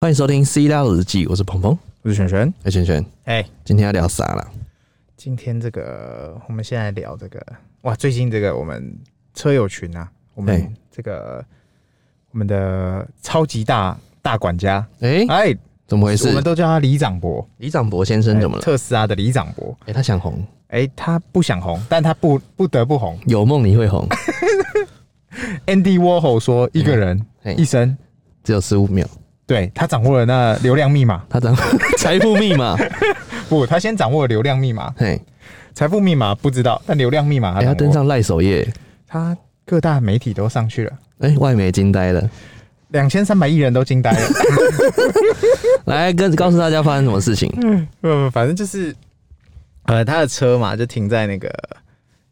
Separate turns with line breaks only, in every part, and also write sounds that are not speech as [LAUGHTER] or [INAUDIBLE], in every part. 欢迎收听《C 大佬日记》，我是鹏鹏，
我是璇璇。
哎，轩轩，
哎、
今天要聊啥啦？
今天这个我们现在聊这个，哇，最近这个我们车友群啊，我
哎
们这个我们的超级大大管家，
哎、
哎、
怎么回
我们
事？
都叫他李长博，
李长博先生怎么
哎
了？
特斯拉的李长博，
哎、他想红，
哎、他不想红，但他不不得不红。
有梦你会 [LAUGHS] 红，
Andy Warhol 说，一个人、
嗯嘿
一生，
只有十五秒，
对他掌握了那流量密码，
他 [LAUGHS] 掌财富密码，
不，他先掌握了流量密码，
嘿，
财富密码不知道，但流量密码他
哎、
掌
他
握。
登上赖首页，
他各大媒体都上去了，
哎、外媒惊呆了，
两千三百亿人都惊呆了。
来跟告诉大家发生什么事情？
不不，反正就是，呃，他的车嘛，就停在那个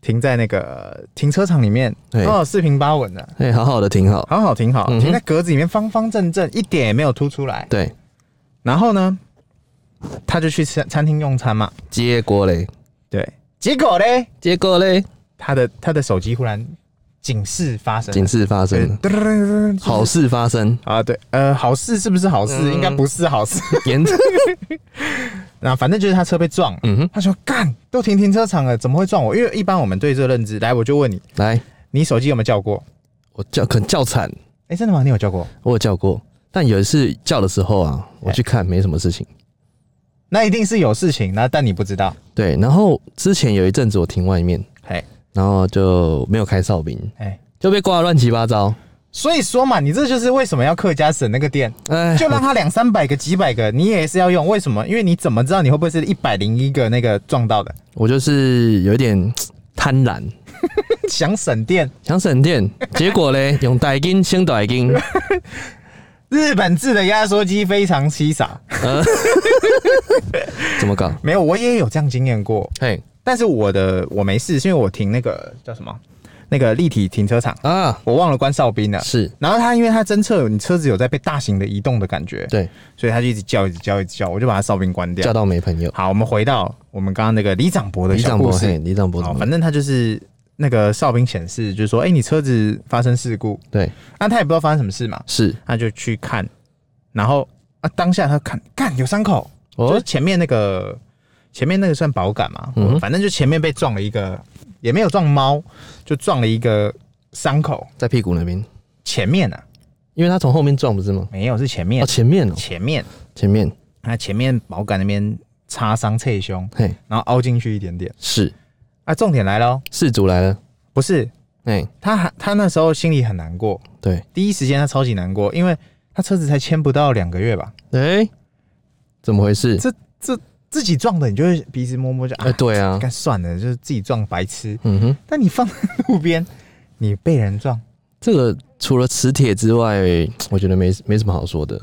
停在那个停车场里面，
对
哦，四平八稳的，
哎、好好的挺好，
好好停好，
嗯哼
停在格子里面，方方正正，一点也没有凸出来。
对，
然后呢，他就去餐餐厅用餐嘛，
结果嘞，
对，结果嘞，
结果嘞，
他的他的手机忽然警示发生，
警示发
对哎
生了，
噔噔噔噔噔
好事发生，
啊，对，呃，好事是不是好事？
嗯
应该不是好事。 [LAUGHS]
严，
然后反正就是他车被撞了。
嗯哼，
他说：“干，都停停车场了，怎么会撞我？因为一般我们对这认知，来，我就问你，
来，
你手机有没有叫过？
我叫可能叫惨，
哎、真的吗？你有叫过？
我有叫过，但有一次叫的时候啊，
哎
我去看没什么事情。
那一定是有事情，那但你不知道。
对，然后之前有一阵子我停外面，
哎
然后就没有开哨兵，
哎，
就被挂得乱七八糟。
所以说嘛，你这就是为什么要客家省那个店，
哎，
就让他两三百个、几百个，你也是要用。为什么？因为你怎么知道你会不会是一百零一个那个撞到的？
我就是有一点贪婪，
想省电，
想省电，结果嘞用代金先代
[LAUGHS]
金，
日本制的压缩机非常稀少。
呃怎么搞？
没有，我也有这样经验过，
嘿
但是我的我没事，是因为我停那个叫什么那个立体停车场，
啊，
我忘了关哨兵了。
是
然后他因为他侦测你车子有在被大型的移动的感觉，
对，
所以他就一直叫，一直叫，一直叫，我就把他哨兵关掉
叫。到没朋友。
好，我们回到我们刚刚那个李长博的
李
小
长
故
博，
事
嘿，。李长博
好，
怎么
反
了？
正他就是那个哨兵显示，就是说，哎、你车子发生事故，
对，
那、他也不知道发生什么事嘛，
是
他就去看，然后啊，当下他看，干有伤口，就
哦
是，前面那个前面那个算保杆嘛，
嗯哼
反正就前面被撞了一个，也没有撞猫，就撞了一个伤口，
在屁股那边，
前面啊，
因为他从后面撞不是吗？
没有是前面，
哦，前面哦，
前面，
前面，
他前面保杆那边擦伤侧胸，
嘿，
然后凹进去一点点，
是
啊，重点来了哦，
事主来了，
不是
哎，
他还他那时候心里很难过，
对，
第一时间他超级难过，因为他车子才签不到两个月吧，
哎，怎么回事？
这这自己撞的，你就会鼻子摸摸就
哎，
啊，
对啊
该、，算了，就是自己撞白痴。
嗯哼。
但你放在路边， [LAUGHS] 你被人撞，
这个除了磁铁之外，我觉得没没什么好说的，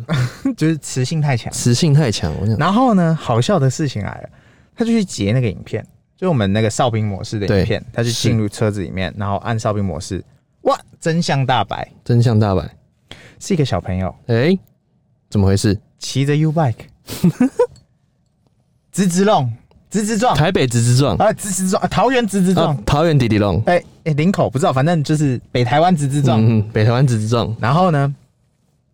就是磁性太强。
磁性太强。我想，
然后呢，好笑的事情来了，他就去截那个影片，就我们那个哨兵模式的
对
影片，他就进入车子里面，然后按哨兵模式，哇，真相大白，
真相大白。
是一个小朋友
哎、怎么回事？
骑着 U bike，直直弄，直直撞，
台北直直撞，
啊，直直撞，啊桃园直直撞
啊，，桃园迪迪龙，
哎、哎，林口不知道，反正就是北台湾直直撞。
嗯，嗯北台湾直直撞，
然后呢，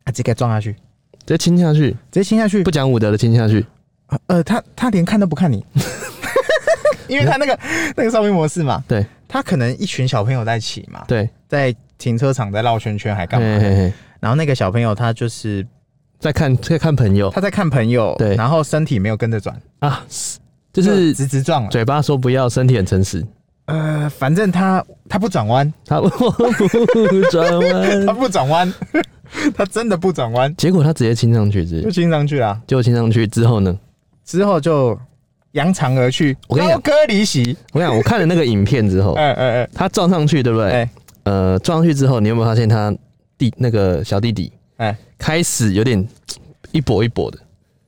啊，直接撞下去，
直接亲下去，
直接亲下去。
不讲武德的亲下去。
啊呃，他他连看都不看你， [LAUGHS] 因为他那个那个哨兵模式嘛，
对
他可能一群小朋友在骑嘛，
对，
在停车场在绕圈圈还干嘛？
嘿嘿嘿
然后那个小朋友他就是
在看在看朋友
他在看朋友，
对
然后身体没有跟着转，
啊，就是
直直撞了。
嘴巴说不要，身体很诚实。
呃，反正他他不转弯，
他
[LAUGHS]
不转 [LAUGHS]
他
弯，
不转弯， [LAUGHS] 他真的不转弯，
结果他直接亲上去，直
就
接
亲上去了。
就亲上去之后呢，
之后就扬长而去，
我跟你讲哦
高歌离席。
我跟你讲，我看了那个影片之后，
哎哎哎
他撞上去，对不对？
哎
呃，撞上去之后，你有没有发现他弟那个小弟弟
哎，
开始有点一跛一跛的，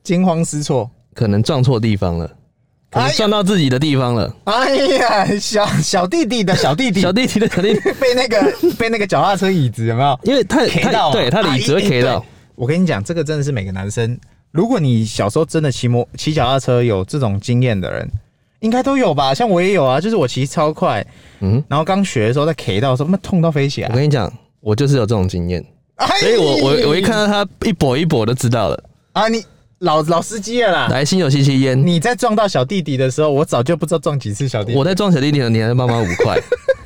惊慌失措。
可能撞错地方了，可
哎
能
呀
撞到自己的地方了。
哎呀，小小弟弟的小弟弟
小弟弟的小弟弟，
被那个被那个脚踏车椅子有没有？
[LAUGHS] 因为他
卡
他
到啊
对他的椅子会
啊一
卡到
对，我跟你讲，这个真的是每个男生，如果你小时候真的骑摩骑脚踏车有这种经验的人，应该都有吧？像我也有啊，就是我骑超快，
嗯
嗯，然后刚学的时候在 K 到的时候，他妈痛到飞起
我
来。
跟你讲，我就是有这种经验，
哎
所以我我我一看到他一跛一跛就知道了。
啊，你老老司机了啦。
来，心有戚戚焉。
你在撞到小弟弟的时候，我早就不知道撞几次小弟弟。
我在撞小弟弟的时候，你还帮忙五
[LAUGHS]
块。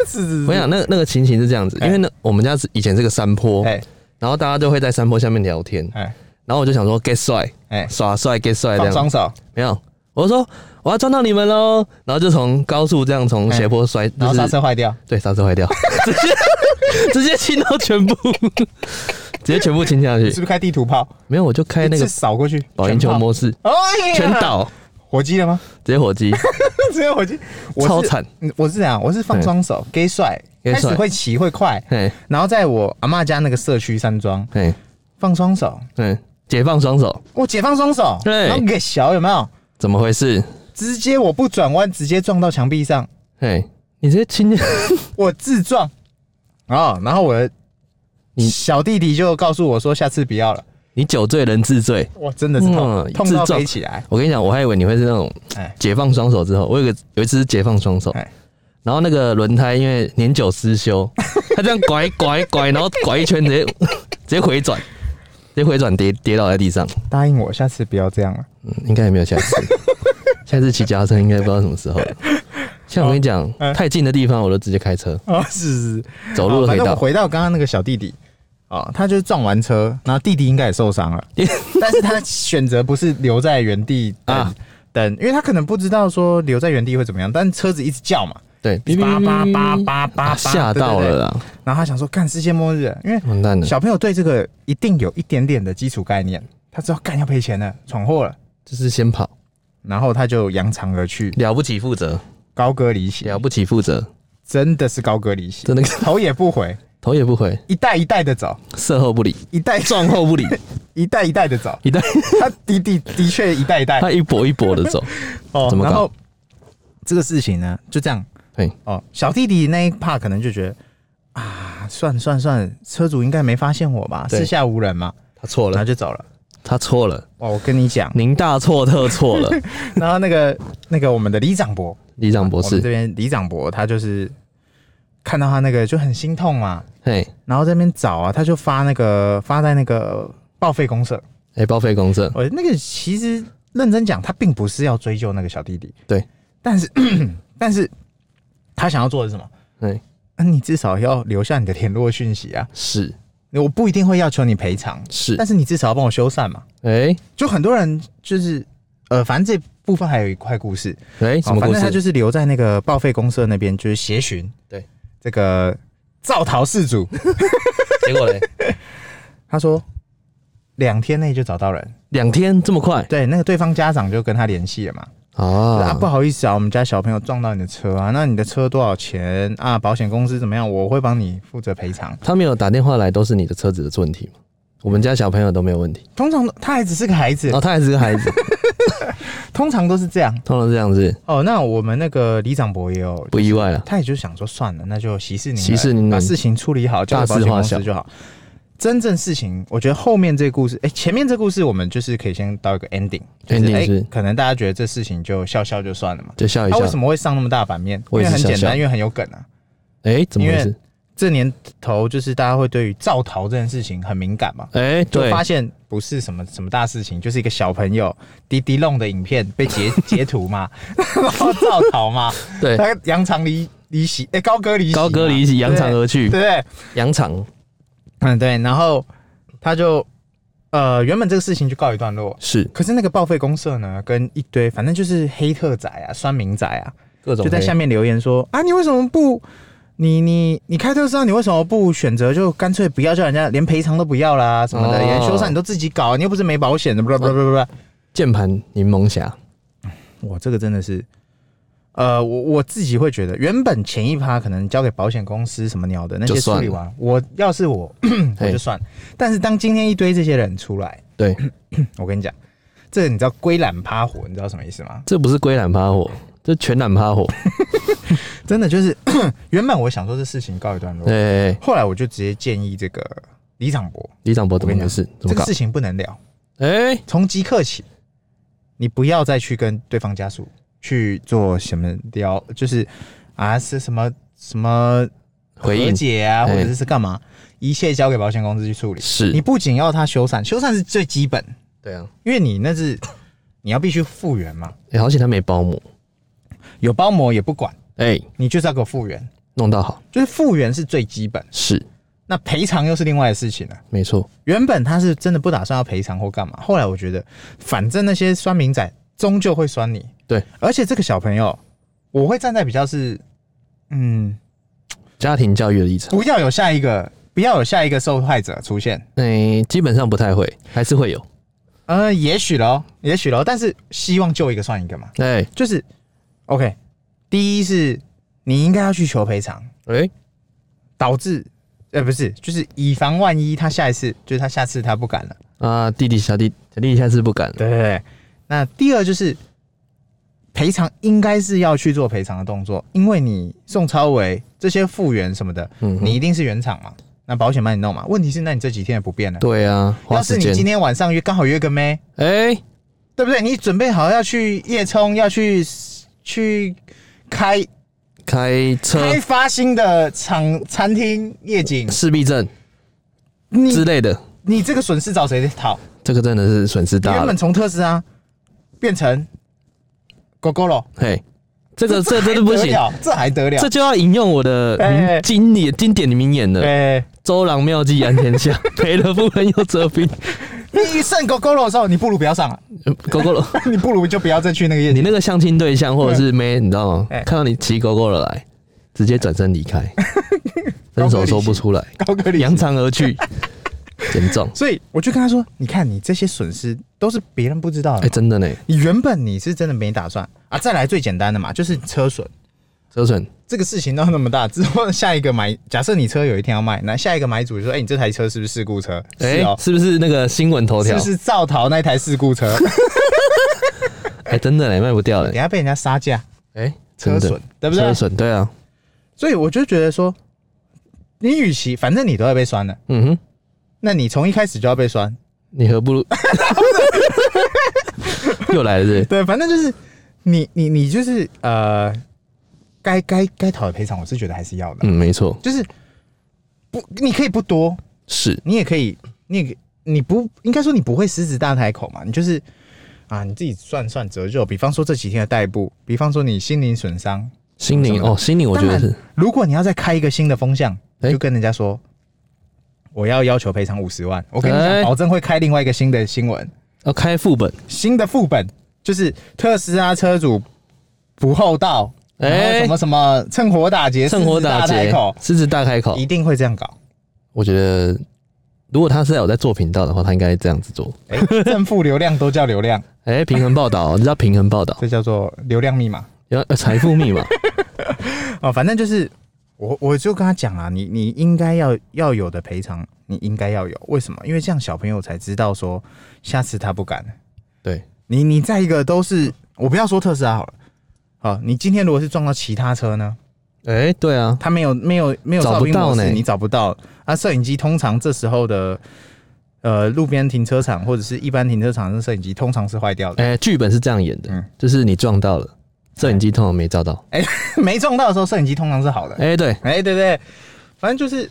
是是
我
是，
想那那个情形是这样子，
哎
因为呢，我们家是以前是个山坡，
哎
然后大家就会在山坡下面聊天，
哎
然后我就想说 get 帅，
哎，
耍帅 get 帅这
放
样
双，手，
没有，我就说我要撞到你们喽，然后就从高速这样从斜坡摔，
嗯然
就
后刹
是
车坏掉。
对刹车坏
[LAUGHS]
掉，直接直接亲到全部，直接全部亲下
是不
去，
是开地图炮？
没有我就哎开那
一
个
次扫过去，
保龄球
全炮，
模式，
哎呀
全倒，
火鸡了吗？ [LAUGHS]
直接火鸡，
只有火鸡，我是
超惨，
嗯我是这样，我是放双手，gay 帅，
gay
开始
帅
会骑会快，
嘿，
然后在我阿嬷家那个社区山庄
嘿，
放双手，
嗯，解放双手，
我解放双手，
对
然后给小有没有？
怎么回事？
直接我不转弯，直接撞到墙壁上，
嘿，你直接亲，
我自撞，哦，然后我的
你
小弟弟就告诉我说下次不要了，
[LAUGHS] 你酒醉人自醉。
我真的是痛
嗯
痛到
自撞
飞起来，
我跟你讲，我还以为你会是那种
哎
解放双手之后，我有个有一次是解放双手
哎，
然后那个轮胎因为年久失修，
[LAUGHS]
它这样拐拐拐，然后拐一圈直接 [LAUGHS] 直接回转，直接回转跌跌倒在地上，
答应我下次不要这样了。
嗯，应该也没有下次，
[LAUGHS]
下次骑脚踏车应该不知道什么时候了。像我跟你讲，
嗯
太近的地方我都直接开车，
啊， [LAUGHS] 是是，
走路都可
好哦反
以
正我
到。
回到刚刚那个小弟弟，哦，他就是撞完车，然后弟弟应该也受伤
[LAUGHS]
了，但是他选择不是留在原地等、
啊
等，因为他可能不知道说留在原地会怎么样，但车子一直叫嘛，
对，
叭叭叭叭叭
嗯啊，吓到，
对对
了
对
啦，
然后他想说干世界末日，因为
完蛋了，
小朋友对这个一定有一点点的基础概念，他知道干要赔钱了，闯祸了。
就是先跑，
然后他就扬长而去，
了不起负责，
高歌离席，
了不起负责，
真的是高歌离席，
真的
头也不回，
头也不回，
一代一代的走，
事后不理，
一代
撞后不理，
[LAUGHS] 一代一代的走，
一代。
他的的的确一代一
[LAUGHS]
代
他一跛一跛的
[LAUGHS]
走，
哦
怎么搞
然后这个事情呢，就这样
嘿，
哦。小弟弟那一趴可能就觉得啊，算算算，车主应该没发现我吧，
对
四下无人嘛，
他错
然后
了，
就走了。
他错了，，
哇，我跟你讲
您大错特错
[LAUGHS]
了，
然后那个那个我们的李长博
李长博
我们这
士，
边李长博他就是看到他那个就很心痛嘛，
嘿，
然后这边找啊，他就发那个发在那个报废公社，
哎，报废公正，
我那个其实认真讲，他并不是要追究那个小弟弟，
对，
但是 [COUGHS] 但是他想要做的是什么？
哎，
那你至少要留下你的联络讯息啊！
是
我不一定会要求你赔偿，
是
但，是你至少要帮我修缮嘛。
哎
就很多人就是呃，反正这部分还有一块故事，
哎，什
哦
么
反
故
正他就
事？
是留在那个报废公社那边，就是协寻
对
这个造逃事主。
结果嘞，
[LAUGHS] 他说两天内就找到人，
[LAUGHS] 两天这么快
对，那个对方家长就跟他联系了嘛。 [LAUGHS] 啊，
啊
不？好意思啊，我们家小朋友撞到你的车啊，那你的车多少钱啊？保险公司怎么样？我会帮你负责赔偿。
他没有打电话来，都是你的车子的问题吗？我们家小朋友都没有问题，
通常他还只是个孩子
然，后他还是个孩
[LAUGHS]
子，
通常都是这样。
通常这样子，
哦，那我们那个李长博也有，
不意外了。啊
他也就想说算了，那就息事宁人
息事宁人
把事情处理好，交给
大
保
事
险
化
公司
小
就好。真正事情，我觉得后面这个故事，哎、前面这故事我们就是可以先到一个 ending，就是
ending
哎、
是
可能大家觉得这事情就笑笑就算了嘛。
就笑一
他、啊为
笑
什，么会上那么大版面？因
我
为
也是
很简
笑笑
单，因为很有梗啊。
哎，怎么回
因
事？
这年头就是大家会对于造逃这件事情很敏感嘛，
哎，
就
对，
发现不是什么什么大事情，就是一个小朋友滴滴弄的影片被截截图嘛， [LAUGHS] 然后造逃嘛，
对，
他扬长离离席，哎、高歌离席嘛，
高歌离席，扬长而去
对，对对，
扬长
嗯对，然后他就呃原本这个事情就告一段落。
是
可是那个报废公社呢，跟一堆反正就是黑特仔啊、酸民仔啊，
各种
就在
黑
下面留言说啊，你为什么不？你你你开特斯拉，你为什么不选择就干脆不要叫人家连赔偿都不要啦什么的，
哦
连修缮你都自己搞，你又不是没保险的，不不不不不。
键盘柠檬侠，
我这个真的是，呃，我我自己会觉得，原本前一趴可能交给保险公司什么鸟的那些
就算
处理完，我要是我我
嘿
就算，但是当今天一堆这些人出来，
对，
我跟你讲，这个你知道归懒趴火，你知道什么意思吗？
这不是归懒趴火，这全懒趴火。
真的就是 [COUGHS] 原本我想说这事情告一段落，
哎，
后来我就直接建议这个李长博，
李长博怎么回事？怎
这
么
个
搞？
事情不能聊，
哎、
从即刻起，你不要再去跟对方家属去做什么聊，就是啊是什么什么
回应
和解啊，或
哎
者是干嘛，一切交给保险公司去处理。
是
你不仅要他修缮，修缮是最基本，
对啊，
因为你那是你要必须复原嘛，
哎、好险他没包膜，
有包膜也不管，
哎、
你就是要给我复原，
弄到好
就是复原是最基本，
是
那赔偿又是另外的事情啊了。
没错，
原本他是真的不打算要赔偿或干嘛，后来我觉得，反正那些酸民仔终究会酸你，
对，
而且这个小朋友，我会站在比较是，嗯，
家庭教育的立场，
不要有下一个，不要有下一个受害者出现。
哎、基本上不太会，还是会有，
呃，也许咯，也许咯，但是希望救一个算一个嘛。
哎、
就是，OK，第一是你应该要去求赔偿，
哎、
导致，呃，不是，就是以防万一，他下一次就是他下次他不敢了，
啊，弟弟小弟小弟下次不敢了，
对对对。那第二就是赔偿应该是要去做赔偿的动作，因为你宋超维这些复原什么的，
嗯哼
你一定是原厂嘛，那保险帮你弄嘛。问题是，那你这几天也不变了。
对啊，花
要是
时
你
间
今，天晚上约刚好约个妹，
哎、
对不对？你准备好要去夜冲，要去 [LAUGHS] 去开
开车
开发新的厂餐厅夜景，
自闭症之
你
类的，
你这个损失找谁讨？
这个真的是损失
你
大
原
了
本。从特斯拉变成狗狗了，
嘿，这个这
还
真的不
得
行，
了，这还得了
这？就要引用我的
哎
名经典经典的名言了：
对，
周郎妙计安天
[LAUGHS]
下，赔了夫人又折兵。
你一剩狗狗了的时候，你不如不要上了，
呃狗狗了，
[LAUGHS] 你不如就不要再去那个夜
你
景。
那个相亲对象或者是妹，你知道吗
哎？
看到你骑狗狗了来，直接转身离
[LAUGHS]
开，分手说不出来，
高歌里
扬长而
[LAUGHS]
去，严重。
所以我就跟他说：“你看，你这些损失都是别人不知道的
哎，
嘛。
真的呢，
你原本你是真的没打算啊。再来最简单的嘛，就是车损。
折损
这个事情闹那么大之后，下一个买，假设你车有一天要卖，那下一个买主就说：‘哎、你这台车是不是事故车？’
哎
是哦，，
是不是那个新闻头
是
条
不？是造逃那台事
[LAUGHS]
故车？
哎，真的呢，卖不掉了
等。下被人家杀价，
哎，
车
真的
损，对不对
车？损，对啊，
所以我就觉得说，你与其反正你都要被酸了，
嗯哼，
那你从一开始就要被酸，
你何
[LAUGHS]
不如又来了是不是？
对，反正就是你你你就是呃，该该该讨的赔偿，我是觉得还是要的，
嗯，没错，
就是不你可以不多，
是
你也可以，你也可以你不应该说你不会狮子大开口嘛，你就是啊你自己算算折旧，比方说这几天的代步，比方说你心灵损伤，
心灵
什么的
哦，心灵我觉得
当
是
然，如果你要再开一个新的风向，
哎
就跟人家说。我要要求赔偿五十万，我跟你
哎
讲，保证会开另外一个新的新闻，
要哦开副本，
新的副本，就是特斯拉车主不厚道，然后
哎
什么什么趁火打劫，
趁火打
狮子大
劫
开口，
狮子大开口
一。定会这样搞。
我觉得，如果他是有在做频道的话，他应该这样子做。 [LAUGHS]
哎，正负流量都叫流量，
哎，平衡报道，你知道平衡报道，
这叫做流量密码
要要财富
[LAUGHS]
密码，
哦。反正就是我我就跟他讲啊，你你应该要要有的赔偿，你应该要有。为什么？因为这样小朋友才知道说，下次他不敢了。
对，
你你再一个都是，我不要说特斯拉好了。好，你今天如果是撞到其他车呢？
哎，对啊，
他没有没有没有
找
照
不
兵模
到
式
呢
你找不到啊。摄影机通常这时候的呃路边停车场或者是一般停车场的摄影机通常是坏掉的， [LAUGHS]
哎，剧本是这样演的
嗯，
就是你撞到了，摄影机通常没照到。
没撞到的时候摄影机通常是好的。哎、
哎，对，
对对，反正就是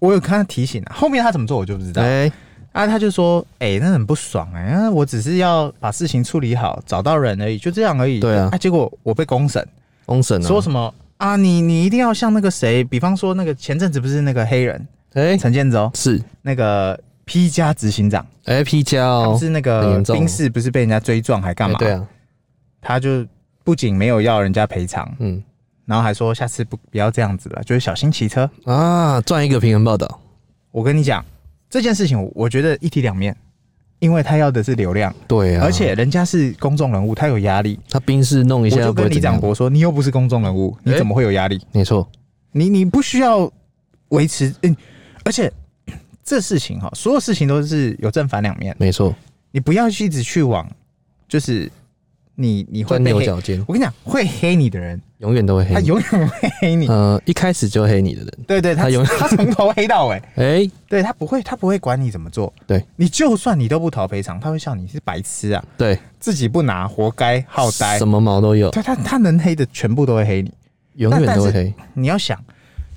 我有跟他提醒、啊，后面他怎么做我就不知道。
哎，
啊，他就说，哎、那很不爽哎、啊我只是要把事情处理好，找到人而已，就这样而已。
对啊
啊结果我被公审，
翁神啊，
说什么啊，你你一定要像那个谁，比方说那个前阵子不是那个黑人
哎，
陈建州，
是
那个 P 加执行长，
哎 P 加
他不
哦，
是那
很
个
严重
冰室不是被人家追撞还干嘛？
哎对啊，
他就不仅没有要人家赔偿，
嗯
然后还说下次不不要这样子了，就是小心骑车。
啊，赚一个平衡报道，
我跟你讲这件事情我，我觉得一体两面，因为他要的是流量，
对啊，
而且人家是公众人物，他有压力。
他冰室弄
我
一下
就
又不
跟
会
李
怎
长
样，
博说，你又不是公众人物，你
哎
怎么会有压力？
没错，
你你不需要维持，嗯，而且这事情哈，所有事情都是有正反两面。
没错，
你不要去一直去往，就是你你会
钻
被
牛
黑。
角尖，
我跟你讲，会黑你的人，
永远都会黑
他
你。
永远会黑你。
呃，一开始就黑你的人，
对对，他
他永远
他从 [LAUGHS] 头黑到尾，
哎、
对他不会他不会管你怎么做。
对
你就算你都不讨赔偿，他会笑你是白痴啊，
对，
自己不拿活该，好呆
什。么毛都有，
对他他能黑的全部都会黑你。
永远都会黑，
你要想，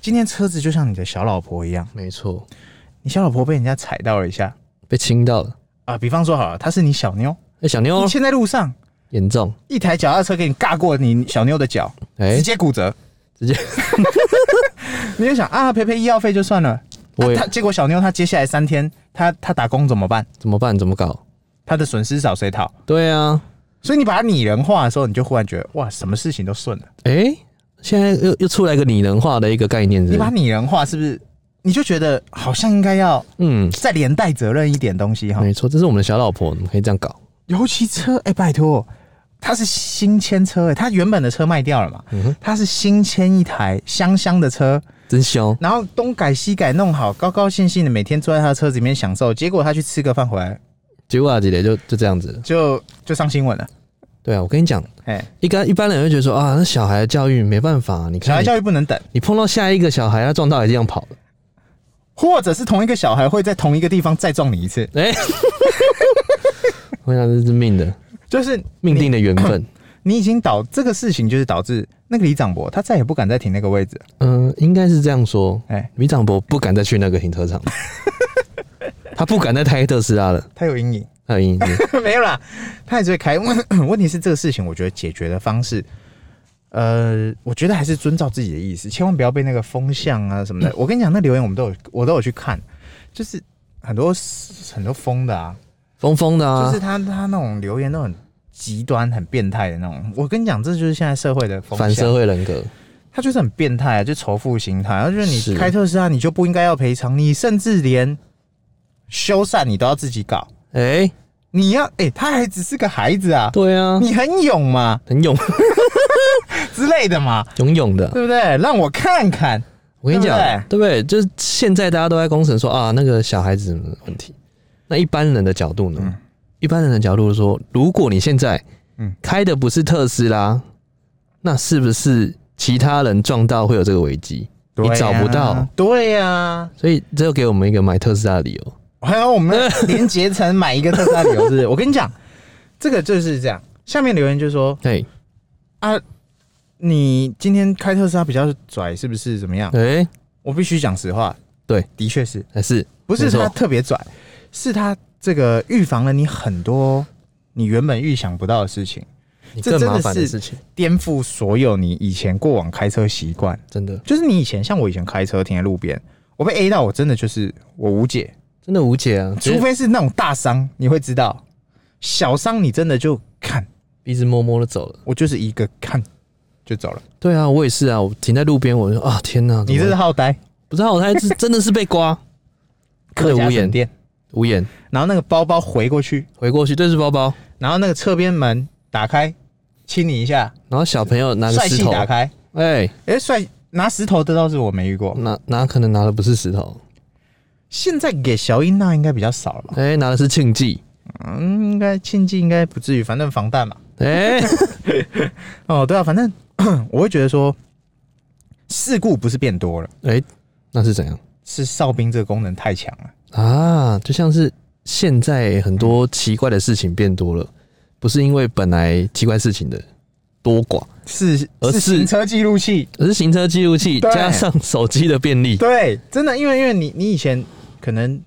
今天车子就像你的小老婆一样，
没错，
你小老婆被人家踩到了一下
被亲到了，
啊、啊，比方说好了，她是你小妞，
那小妞哦
你牵在路上，
严重，
一台脚踏车给你尬过你小妞的脚，
哎、
直接骨折，
直接
[LAUGHS] 你就想啊，赔赔医药费就算了。啊
我也
他结果小妞她接下来三天，她她打工怎么办？
怎么办？怎么搞？
她的损失找谁讨？
对啊，
所以你把它拟人化的时候，你就忽然觉得哇，什么事情都顺了。
哎、现在又又出来一个拟人化的一个概念是
你
不
把它
是，
拟人化，是不是？你就觉得好像应该要
嗯，
再连带责任一点东西哈。
没错，这是我们的小老婆，怎么可以这样搞？
尤其车，哎、拜托，他是新签车、哎，他原本的车卖掉了嘛，
嗯哼
他是新签一台香香的车，
真凶，
然后东改西改弄好，高高兴兴的每天坐在他的车子里面享受，结果他去吃个饭回来
结果啊，姐姐就就这样子了。
就就上新闻了，
对啊，我跟你讲，
哎、
一般一般人会觉得说啊，那小孩的教育没办法，你
小
看
孩
你
教育不能等，
你碰到下一个小孩，他撞到也这样跑了，
或者是同一个小孩会在同一个地方再撞你一次， [LAUGHS]
哎、我想这是命的
就是
命定的缘
[LAUGHS]
分。
你已经导这个事情，就是导致那个李长博他再也不敢再停那个位置了，
嗯、应该是这样说。
哎、
米长博不敢再去那个停车
[LAUGHS]
场，他不敢再开特斯拉了。
他有阴影。
他有阴影。
[LAUGHS] 没有啦，他也是会开。问 [COUGHS] 问题是这个事情，我觉得解决的方式，呃，我觉得还是遵照自己的意思，千万不要被那个风向啊什么
嗯
的。我跟你讲，那留言我们都有，我都有去看，就是很多很多疯的啊，
疯疯的啊，
就是他他那种留言都很极端、很变态的那种。我跟你讲，这就是现在社会的风
反社
向，
会人格。
他就是很变态啊，就仇富心态，然后就是
是
你开特斯拉你就不应该要赔偿，你甚至连修缮你都要自己搞。
哎、
你要哎、他还只是个孩子啊，
对
[LAUGHS]
啊，
你很勇嘛
很勇 [LAUGHS]
之类的嘛，
勇勇的。
对不对？让我看看，
我跟你讲，对
对
不对？就是现在大家都在工程说啊，那个小孩子的问题。那一般人的角度呢？
嗯
一般人的角度说，如果你现在
嗯
开的不是特斯拉，那是不是其他人撞到会有这个危机？啊你
对呀啊
找不到，。
对呀、
所以这就给我们一个买特斯拉的理由。
还有我们 [LAUGHS] 连结成买一个特斯拉理由是不是，我跟你讲，这个就是这样。下面留言就说
嘿，
啊，你今天开特斯拉比较拽，是不是怎么样？
哎、
我必须讲实话，
对，
的确是
还是
不
没
是
错
他特别拽，是他这个预防了你很多你原本预想不到的事情，
你
这
更
真
麻
的
烦的
是
事情，
颠覆所有你以前过往开车习惯。
真的
就是你以前像我以前开车停在路边，我被 A 到，我真的就是我无解，
真的无解啊！
除
除非
非是那种大伤，你会知道，小伤你真的就看，
鼻子摸摸的走了。
我就是一个看就走了。
对啊，我也是啊，我停在路边，我就说啊，天哪！
你这
怎
是
么
好呆，
不知道我才是真的是被刮，
客
真的
家
无
省
言
店，
无言。
然后那个包包回过去，
回过去对着包包，
然后那个侧边门打开，亲你一下，
然后小朋友拿个
帅
石
气
头，
打开，
哎、
哎、帅拿石头的倒是我没遇过，
拿拿可能拿的不是石头，
现在给小英娜应该比较少了吧？
哎、拿的是庆忌，
嗯，应该庆忌应该不至于，反正防弹嘛。
哎、
哦，对啊，反正 [CLEARS THROAT] 我会觉得说，事故不是变多了，
哎、那是怎样
是哨兵这个功能太强了。
啊？就像是现在很多奇怪的事情变多了，不是因为本来奇怪事情的多寡，
是
而
是
是
行车记录器，
而是行车记录器
对
加上手机的便利。
对，真的，因为因为你你以前可能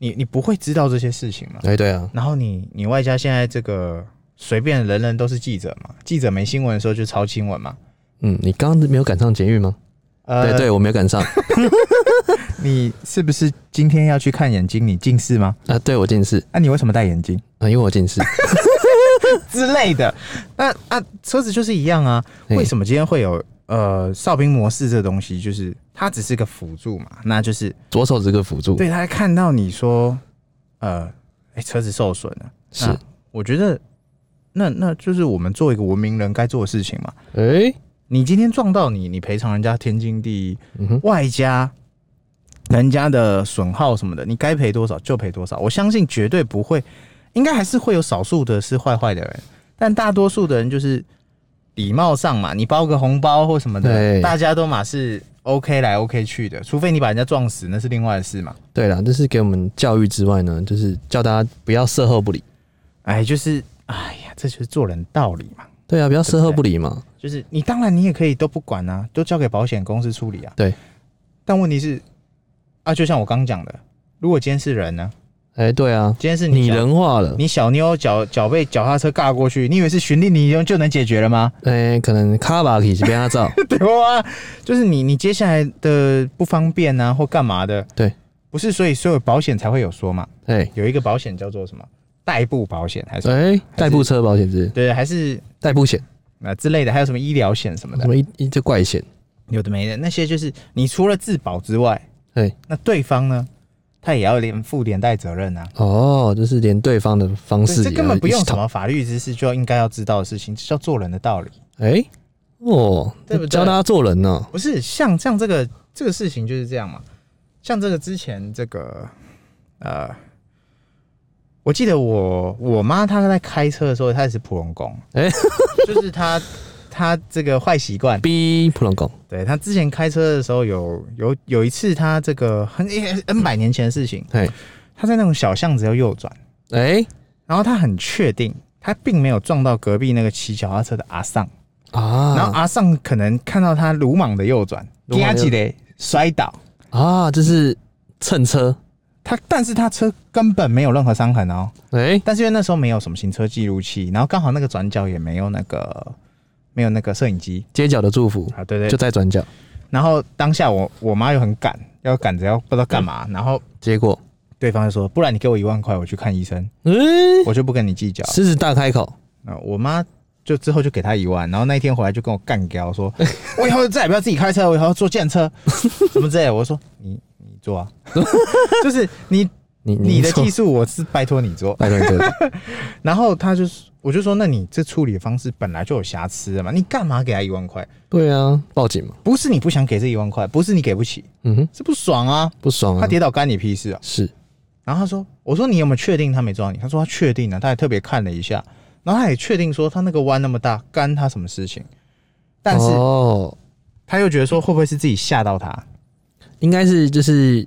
你你不会知道这些事情嘛，
哎、对啊，
然后你你外加现在这个随便人人都是记者嘛，记者没新闻的时候就抄新闻嘛，
嗯，你刚刚没有赶上捷运吗？
呃，
对对，我没有赶上
你是不是今天要去看眼睛？你近视吗？
啊，对我近视
那、你为什么戴眼镜
啊，因为我近视。
之类的？那啊，车子就是一样啊，
嘿
为什么今天会有呃哨兵模式这东西？就是它只是个辅助嘛，那就是
左手这个辅助，
对他看到你说，呃，哎、车子受损了，
是
那我觉得那那就是我们做一个文明人该做的事情嘛。
哎、
你今天撞到你，你赔偿人家天经地义，
嗯哼，
外加人家的损耗什么的，你该赔多少就赔多少。我相信绝对不会，应该还是会有少数的是坏坏的人，但大多数的人就是礼貌上嘛，你包个红包或什么
对
的，大家都嘛是 OK 来 OK 去的，除非你把人家撞死，那是另外的事嘛。
对啦，这是给我们教育之外呢，就是叫大家不要事后不理。
哎，就是哎呀，这就是做人道理嘛。
对啊，不要事后不理嘛。
就是你当然你也可以都不管啊，都交给保险公司处理啊。
对。
但问题是，啊，就像我刚讲的，如果今天是人呢，
哎，对啊，
今天是
拟
你人，
人化了。
你小妞脚脚被脚踏车尬过去，你以为是循例你就就能解决了吗？ [LAUGHS]
哎，可能卡巴克是被他照，
对吧？就是你你接下来的不方便啊，或干嘛的，
对，
不是所以所有保险才会有说嘛，
哎
有一个保险叫做什么代步保险还是、
哎，代步车保险是不是
对还是
代步哎险，
那、之类的，还有什么医疗险什么
什
的，
么一一这怪险，
有的没的那些就是你除了自保之外，
哎，
那对方呢，他也要连负连带责任啊。
哦，就是连对方的方式
对这根本不用
什
什
么，
么法律知识就应该要知道的事情，这叫做人的道理。
哎，哦
对不，对
教大家做人呢，
不是像像这个这个事情就是这样嘛？像这个之前这个呃，我记得我我妈她在开车的时候，她也是普龙宫，
哎
[LAUGHS] 就是她她这个坏习惯，
逼普龙公，
对她之前开车的时候有有有一次她这个很 N 百年前的事情，
哎
她在那种小巷子要右转，
哎
然后她很确定她并没有撞到隔壁那个骑脚踏车的阿尚，然
啊
后阿尚可能看到她嗯鲁莽的右转，
鲁莽地右
几嘞摔倒。
啊，就是蹭车，
他，但是他车根本没有任何伤痕哦。
哎
但是因为那时候没有什么行车记录器，然后刚好那个转角也没有那个没有那个摄影机
街角的祝福
啊，对对
就在转角，
然后当下我我妈又很赶，要赶着要不知道干嘛，然后
结果，
对方就说：“不然你给我一万块，我去看医生，
嗯，
我就不跟你计较。
狮子大开口，
那我妈就之后就给他一万，然后那一天回来就跟我干掉说：“ [LAUGHS] 我以后再也不要自己开车，我以后要坐电车，什么之类的。”我说：“你你坐啊， [LAUGHS] 就是你
你
你的
错
技术，我是拜托你做。”
拜托
[LAUGHS]
你了，
然后他就是，我就说，那你这处理的方式本来就有瑕疵的嘛，你干嘛给他一万块？
对啊，报警嘛，
不是你不想给这一万块，不是你给不起，
嗯哼，
是不爽啊！
不爽
他
啊，
跌倒干你屁事啊！
是，
然后他说，我说你有没有确定他没撞你？他说他确定了、啊他还特别看了一下，然后他也确定说他那个弯那么大，干他什么事情？但是
哦，
他又觉得说，会不会是自己吓到他？
应该是就是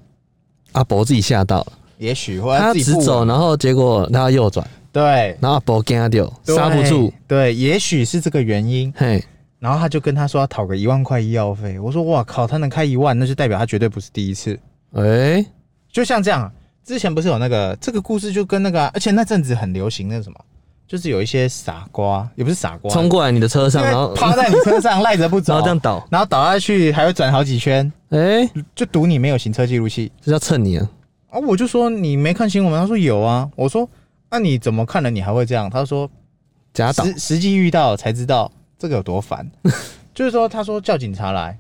阿伯自己吓到了，
也许或者
他
自己
直
不稳
走，然后结果他要右转，
对，
然后阿伯跟他掉，刹不
对
住，，
对，也许是这个原因。
嘿，
然后他就跟他说要讨个一万块医药费，我说哇靠，他能开一万，那就代表他绝对不是第一次。
哎，
就像这样，啊之前不是有那个这个故事，就跟那个啊、而且那阵子很流行那个什么，就是有一些傻瓜，也不是傻瓜，
冲过来你的车上，
因为
然后
趴在你车上赖着不
[LAUGHS]
走，
然后这样倒，
然后倒下去还会转好几圈，
哎，
就赌你没有行车记录器
这叫蹭你啊，
啊！我就说你没看新闻吗，他说有啊，我说那、你怎么看了你还会这样？他说
假倒，
实实际遇到才知道这个有多烦，
[LAUGHS]
就是说他说叫警察来。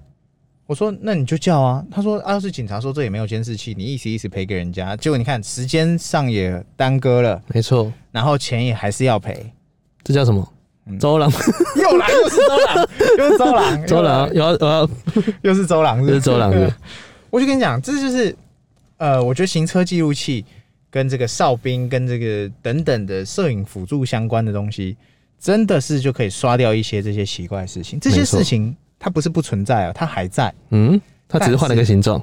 我说那你就叫啊，他说啊，要是警察说这也没有监视器，你一时一时赔给人家，结果你看时间上也耽搁了，
没错，
然后钱也还是
[LAUGHS]
要赔。
这叫什么？
嗯
周郎，
又来又是周郎，又是周
[LAUGHS]
郎，
周郎，有呃有要
[LAUGHS] 又是周郎，
又是周郎是不是。
[LAUGHS] 我就跟你讲，这就是呃，我觉得行车记录器跟这个哨兵跟这个等等的摄影辅助相关的东西，真的是就可以刷掉一些这些奇怪的事情。这些
没错
事情它不是不存在哦，它还在，
嗯，他只是换了个形状，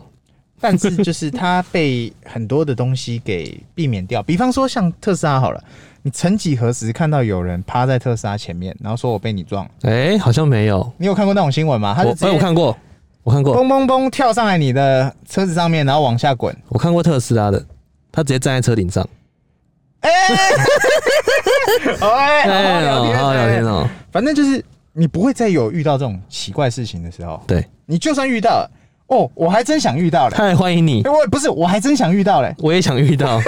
但是就是它被很多的东西给避免掉。比方说像特斯拉好了，你曾几何时看到有人趴在特斯拉前面，然后说我被你撞了，
哎，好像没有，
你有看过那种新闻吗？他就
我
直
哎我
接哦
看过，我看过，
嘣嘣嘣跳上来你的车子上面，然后往下滚。
我看过特斯拉的，他直接站在车顶上，
哎，好好聊天，哎
好好聊天哦，
反正就是你不会再有遇到这种奇怪事情的时候，
对，
你就算遇到了，哦，我还真想遇
[LAUGHS]
到嘞。
太欢迎你
[LAUGHS] 哎、，我不是，我还真想遇到嘞，
我也想遇到，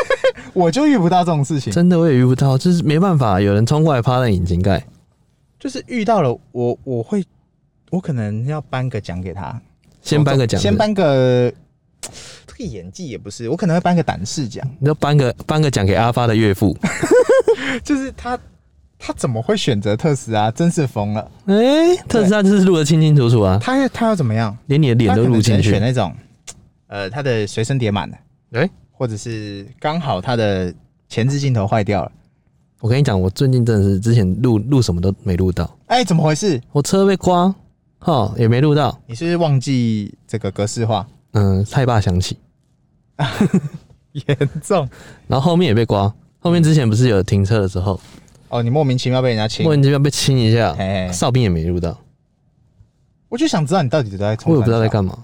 我就遇不到这种事情，
真的我也遇不到，就是没办法，有人冲过来趴在引擎盖，
就是遇到了我，我会，我可能要颁个奖给他，
先颁个奖，
先，颁个这个演技也不是，我可能会颁个胆识奖，
你就颁个颁个奖给阿发的岳
[LAUGHS]
父，
就是他他怎么会选择特斯拉，真是疯了，
哎，特斯拉就是录的清清楚楚啊，
他要他要怎么样？
连你的脸
他
都
可能
录
只
进
能选
去，
那种，呃，他的随身碟满了。
哎，
或者是刚好他的前置镜头坏掉了。
我跟你讲，我最近真的是之前录录什么都没录到，
哎、怎么回事？
我车被刮，哈，也没录到，
你是不是忘记这个格式化？
嗯，菜爸响起，
严重
然后后面也被刮，后面之前不是有停车的时候，
哦，你莫名其妙被人家亲
莫。名其妙被亲一下，
哎，
哨兵也没录到。
我就想知道你到底都在冲，
我也不知道在，干嘛，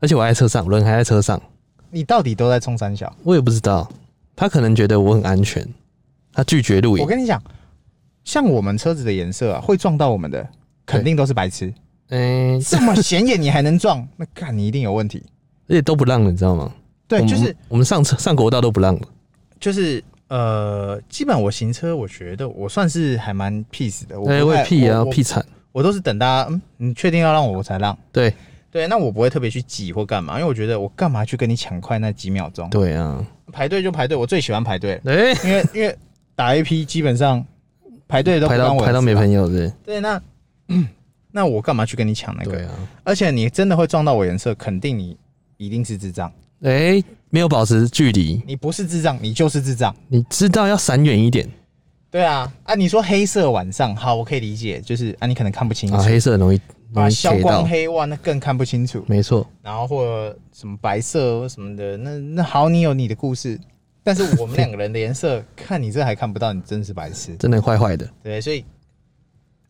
而且我还在车上，人还在车上，
你到底都在冲三小？
我也不知道。他可能觉得我很安全，他拒绝录
我
影。
跟你讲，像我们车子的颜色啊，会撞到我们的，肯定都是白
[LAUGHS]
痴。
嗯、
这么显眼你还能撞，那看你一定有问题。
而且都不让了，你知道吗？
对，
我们
就是
我们上车上国道都不让了。
就是呃，基本我行车，我觉得我算是还蛮 peace 的。我
哎，
不
会
太
屁啊，
我我
屁惨。
我都是等大家，嗯，你确定要让我，我才让。
对
对，那我不会特别去挤或干嘛，因为我觉得我干嘛去跟你抢快那几秒钟？
对啊，
排队就排队，我最喜欢排队了，
哎、
因为因为打 A P 基本上排队都不
排
关
到
我的
排到
事
没
嘛
朋友是
对，那 [COUGHS] 那我干嘛去跟你抢那
不是？
个？
对啊，
而且你真的会撞到我颜色，肯定你一定是智障。
哎、没有保持距离，
你不是智障，你就是智障。
你知道要闪远一点
对啊，啊，你说黑色晚上好，我可以理解，就是啊，你可能看不清楚
啊，黑色容易容
啊，
易
消
K
光
到，
黑哇，那更看不清楚。
没错，
然后或什么白色什么的，那那好，你有你的故事，但是我们两个人的颜色，看你这还看不到，你真是白痴。
真的坏坏的。
对，所以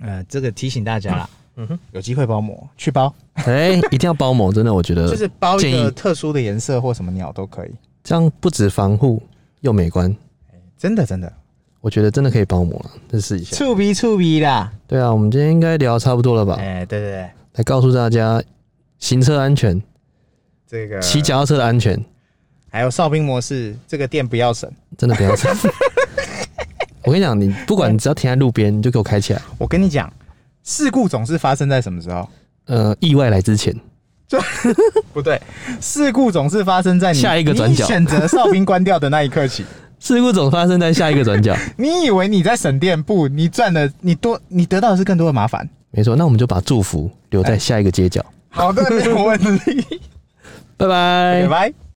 呃，这个提醒大家啦，
嗯哼，
有机会包膜去包，
哎、一定要包膜，真的，我觉得
就是包一
建
个
议
特殊的颜色或什么鸟都可以，
这样不止防护又美观，
真的真的，
我觉得真的可以包膜了，再试一下。
触鼻触鼻啦。
对啊，我们今天应该聊得差不多了吧？
哎、对对对，
来告诉大家行车安全、
这个
骑脚踏车的安全，
还有哨兵模式，这个店不要省。
真的不
[LAUGHS]
要吵。我跟你讲，你不管你只要停在路边，你就给我开起来。
我跟你讲，事故总是发生在什么时候？
呃，意外来之前，
不对，事故总是发生在你
下一个转角
你选择哨兵关掉的那一刻
[LAUGHS]
起。
事故总发生在下一个转
[LAUGHS]
角。
你以为你在省电不？你赚了，你多，你得到的是更多的麻烦。
没错，那我们就把祝福留在下一个街角。
[LAUGHS] 好的，没有问题。
拜拜
拜。拜。